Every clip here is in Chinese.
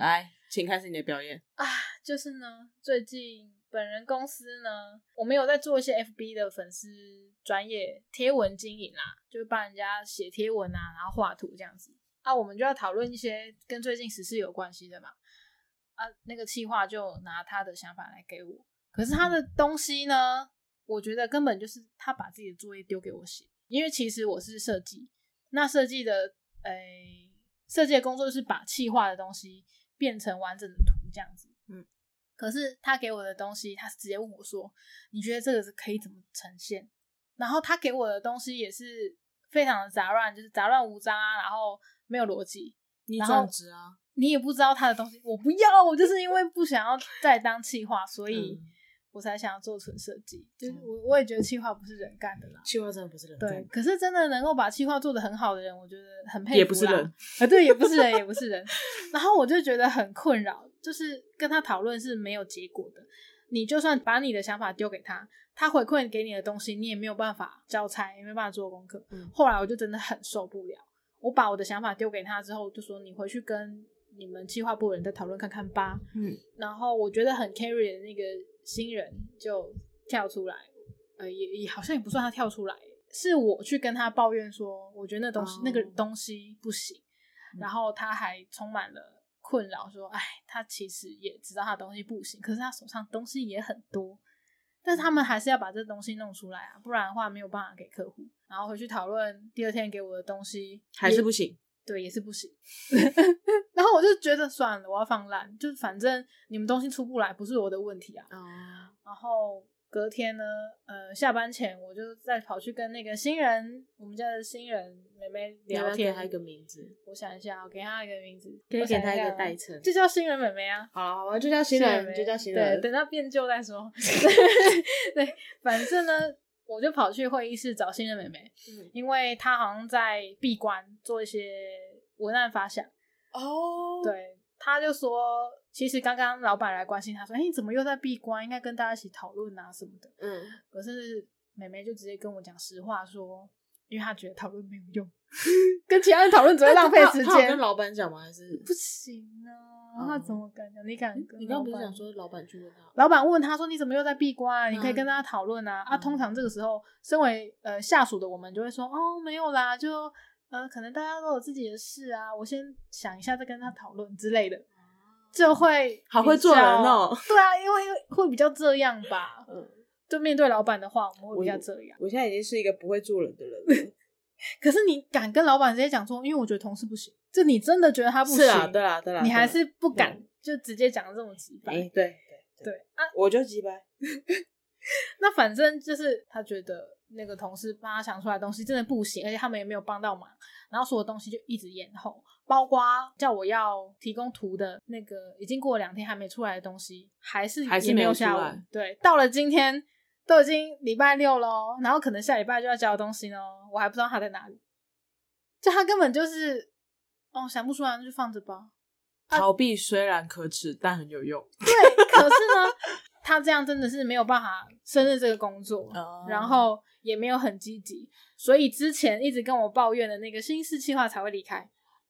来，请开始你的表演。啊，就是呢，最近本人公司呢，我们有在做一些 FB 的粉丝专业贴文经营啦、就是帮人家写贴文啊，然后画图这样子。啊，我们就要讨论一些跟最近时事有关系的嘛。啊，那个企划就拿他的想法来给我，可是他的东西呢，我觉得根本就是他把自己的作业丢给我写，因为其实我是设计，那设计的诶，设计的工作就是把气化的东西变成完整的图这样子。嗯，可是他给我的东西，他是直接问我说：“你觉得这个是可以怎么呈现？”然后他给我的东西也是非常的杂乱，就是杂乱无章啊，然后没有逻辑。你然后转职啊？你也不知道他的东西，我不要，我就是因为不想要再当气化，所以嗯我才想要做纯设计。就是嗯我我也觉得气化不是人干的啦，气话真的不是人对干，的，可是真的能够把企划做得很好的人，我觉得很佩服啦。也不是人啊，对，也不是人，也不是人。然后我就觉得很困扰，就是跟他讨论是没有结果的。你就算把你的想法丢给他，他回馈给你的东西，你也没有办法交差，也没有办法做功课。嗯后来我就真的很受不了，我把我的想法丢给他之后，就说你回去跟你们计划部的人再讨论看看吧。嗯，然后我觉得很 carry 的那个新人就跳出来，呃，也也好像也不算他跳出来，是我去跟他抱怨说，我觉得那东西、哦那个东西不行，嗯然后他还充满了困扰，说，哎，他其实也知道他的东西不行，可是他手上东西也很多。但是他们还是要把这东西弄出来啊，不然的话没有办法给客户。然后回去讨论第二天给我的东西，还是不行。对，也是不行。 然后我就觉得算了，我要放烂，就反正你们东西出不来不是我的问题啊。哦，然后隔天呢，呃，下班前我就再跑去跟那个新人，我们家的新人妹妹聊聊天。天还有一个名字，我想一下，我给她一个名字，可以我想给她一下个哦代称就叫新人妹妹啊。好了好吧，就叫新人，妹就叫新人。对，等到变旧再 说。对，反正呢，我就跑去会议室找新人妹妹，嗯因为她好像在闭关做一些文案发想。哦，对，他就说，其实刚刚老板来关心他说，哎、你怎么又在闭关？应该跟大家一起讨论啊什么的。嗯，可是妹妹就直接跟我讲实话说，因为她觉得讨论没有用， 跟其他人讨论只会浪费时他有跟间。老板讲吗？还是不行啊，他怎么敢讲？你敢跟你刚刚不是老板讲说老板去问他？老板问他说：“你怎么又在闭关、啊？你可以嗯跟大家讨论啊。啊，嗯通常这个时候，身为呃下属的我们就会说：“哦，没有啦，就呃，可能大家都有自己的事啊，我先想一下再跟他讨论之类的。”就会哦好会比较做人哦。对啊，因为会比较这样吧。嗯，就面对老板的话，我们会比我较这样。我现在已经是一个不会做人的人了。可是你敢跟老板直接讲说，因为我觉得同事不行，就你真的觉得他不行，是啊，对啦对啦，你还对啦是不敢，就直接讲得这么直白。哎，对对，对啊，我就鸡掰。那反正就是他觉得那个同事帮他想出来的东西真的不行，而且他们也没有帮到忙，然后所有东西就一直延后，包括叫我要提供图的那个已经过了两天还没出来的东西，还是还是也没没有有下出文来。对，到了今天都已经礼拜六喽，然后可能下礼拜就要交的东西呢，我还不知道他在哪里。就他根本就是，哦，想不出来那就放着吧。逃避虽然可耻，但很有用。对，可是呢， 他这样真的是没有办法胜任这个工作。哦然后也没有很积极，所以之前一直跟我抱怨的那个新式计划才会离开，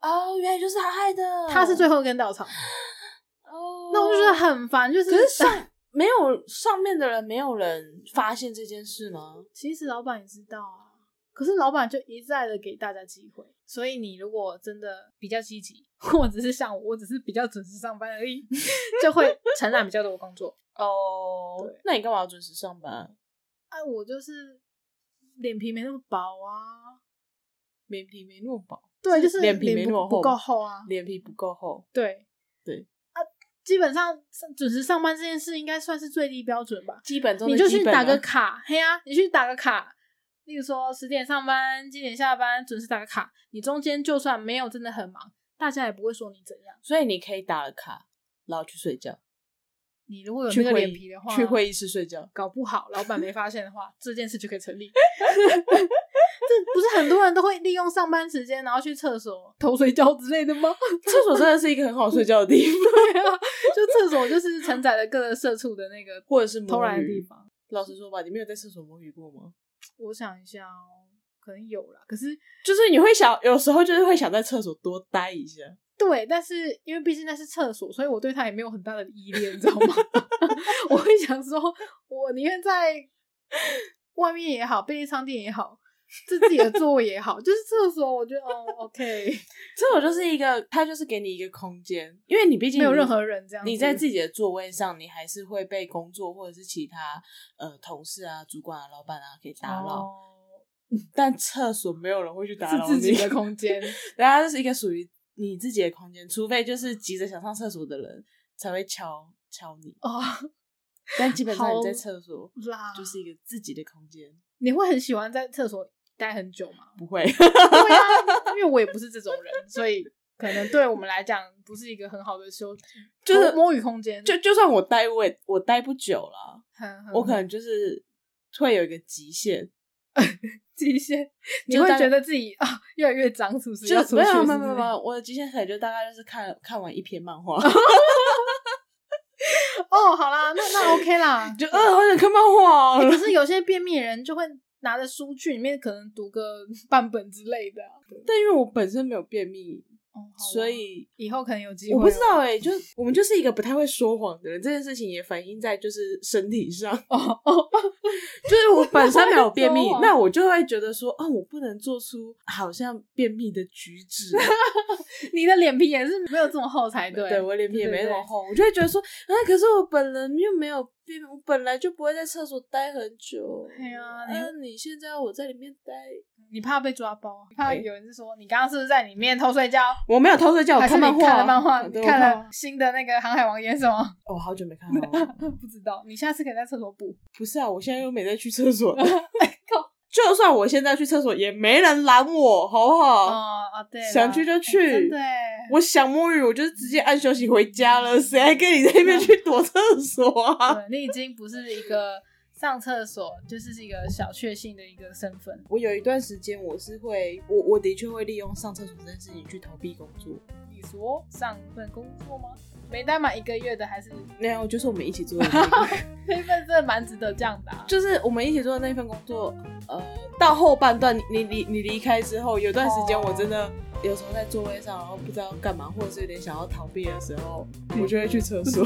哦，原来就是他害的他是最后一根稻草。嗯哦那我就觉得很烦，就是可是上没有上面的人，没有人发现这件事吗？ 其实老板也知道啊，可是老板就一再的给大家机会，所以你如果真的比较积极， 或者是像我，我只是比较准时上班而已，就会承揽比较多的工作。哦对那你干嘛要准时上班？哎，我就是脸皮没那么薄啊，脸皮没那么薄，对，就是脸皮没那不么厚不够厚啊，脸皮不够厚。对对啊，基本上上准时上班这件事应该算是最低标准吧。基本中的你就基去本啊打个卡，嘿呀、你去打个卡，例如说十点上班，几点下班，准时打个卡。你中间就算没有真的很忙，大家也不会说你怎样。所以你可以打了卡，然后去睡觉，你如果有去那个会脸议皮的话，去会议室睡觉。搞不好老板没发现 的话，这件事就可以成立。 这不是很多人都会利用上班时间，然后去厕所偷睡觉之类的吗？ 厕所真的是一个很好睡觉的地方，啊就厕所就是承载了各个社畜的那个或者是偷摸懒的地鱼。方。 老实说吧，你没有在厕所摸鱼过吗？我想一下哦，可能有啦，可是就是你会想，有时候就是会想在厕所多待一下。对，但是因为毕竟那是厕所，所以我对他也没有很大的依恋，你知道吗？ 我会想说，我宁愿在外面也好，便利商店也好，是自己的座位也好，就是厕所，我觉得哦，OK， 这我就是一个，它就是给你一个空间，因为你毕竟没有任何人这样子你在自己的座位上，你还是会被工作或者是其他呃同事啊、主管啊、老板啊给打扰。哦但厕所没有人会去打扰是自己你的空间，对啊，这是一个属于你自己的空间，除非就是急着想上厕所的人才会敲敲你。哦， 但基本上你好在厕所啦，就是一个自己的空间，你会很喜欢在厕所待很久吗？不会。 对啊，因为我也不是这种人，所以可能对我们来讲不是一个很好的休，就是摸鱼空间。就就算我待我也我待不久了，哼哼我可能就是会有一个极限，极限，你就会大概觉得自己啊越来越脏，是不是？就要出没去有是没不有是没有没有，我的极限可能就大概就是看看完一篇漫 画，哦，好啦，那那 OK 啦。 就呃好想看漫画欸哦、可是有些便秘的人就会拿着书去里面可能读个 半本之类的啊、但因为我本身没有便秘，哦好啦所以以后可能有机会。哦我不知道哎、就是我们就是一个不太会说谎的人，这件事情也反映在就是身体上。哦哦， 就是我本身没有便 秘说，谎那我就会觉得说，啊，我不能做出好像便秘的举止。你的脸皮也是没有这么厚才 对。呃对我脸皮也没那对么对厚，我就会觉得说，啊，可是我本人又没有便秘，我本来就不会在厕所待很久。哎呀你那你现在要我在里面待，你怕被抓包啊，你怕对有人是说你刚刚是不是在里面偷睡觉？我没有偷睡觉，我还是你漫画，哦看了漫画，对看，我了新的那个《航海王》演什么？ 哦我好久没看了。不知道，你下次可以在厕所补。不是啊，我现在又没在去厕 所。 就算我现在去厕所，也没人拦我，好不好？哦啊，对啦，想去就去哎真的哎。我想摸鱼，我就直接按休息回家了，谁还跟你在那边去躲厕所啊？ 对你已经不是一个上厕所就是一个小确幸的一个身份。 我有一段时间我是会，我我的确会利用上厕所这件事情去逃避工作。你说上份工作吗？没待满一个月的还是 没有，就是我们一起做的那个，这一份真的蛮值得这样的、啊。就是我们一起做的那份工作。呃，到后半段你你离你离开之后，有段时间哦我真的有时候在座位上，嗯然后不知道干嘛，或者是有点想要逃避的时候，我就会去厕所。